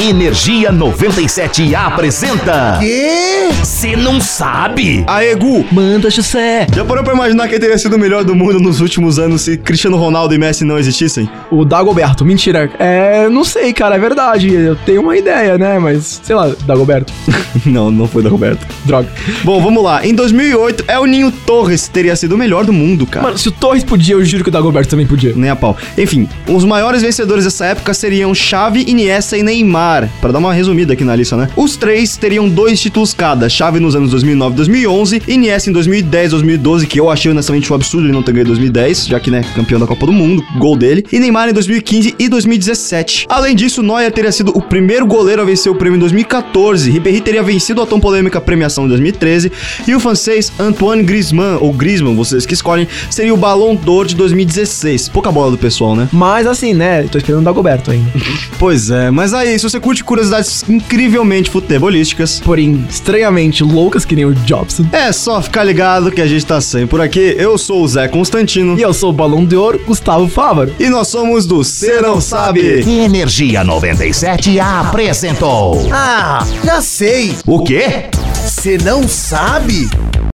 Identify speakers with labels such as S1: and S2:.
S1: Energia 97 apresenta.
S2: Quê?
S1: Você não sabe?
S2: Aê, Gu!
S3: Manda, José.
S2: Já parou pra imaginar quem teria sido o melhor do mundo nos últimos anos se Cristiano Ronaldo e Messi não existissem?
S3: O Dagoberto, mentira. É, não sei, cara, é verdade. Eu tenho uma ideia, né? Mas, sei lá, Dagoberto.
S2: não, não foi da Roberto.
S3: Droga.
S2: Bom, vamos lá. Em 2008, El Ninho Torres teria sido o melhor do mundo, cara.
S3: Mano, se o Torres podia, eu juro que o Dagoberto também podia.
S2: Nem a pau. Enfim, os maiores vencedores dessa época seriam Xavi, Iniesta e Neymar. Pra dar uma resumida aqui na lista, né? Os três teriam dois títulos cada. Xavi nos anos 2009 e 2011, Iniesta em 2010 2012, que eu achei honestamente um absurdo ele não ter ganho em 2010, já que, né, campeão da Copa do Mundo, gol dele. E Neymar em 2015 e 2017. Além disso, Neuer teria sido o primeiro goleiro a vencer o prêmio em 2014. Ribéry teria vencido a tão polêmica premiação em 2013. E o francês Antoine Griezmann, ou Griezmann, vocês que escolhem, seria o Ballon d'Or de 2016. Pouca bola do pessoal, né?
S3: Mas assim, né? Tô esperando o Dagoberto ainda.
S2: Pois é, mas aí, se você curte curiosidades incrivelmente futebolísticas,
S3: Porém, estranhamente loucas que nem o Jobson.
S2: é só ficar ligado que a gente tá sempre por aqui. Eu sou o Zé Constantino
S3: E eu sou o Balão de Ouro, Gustavo Fávaro.
S2: e nós somos do Cê Não Sabe.
S1: Energia 97 apresentou.
S4: Ah, já sei.
S1: O quê?
S4: Você não sabe?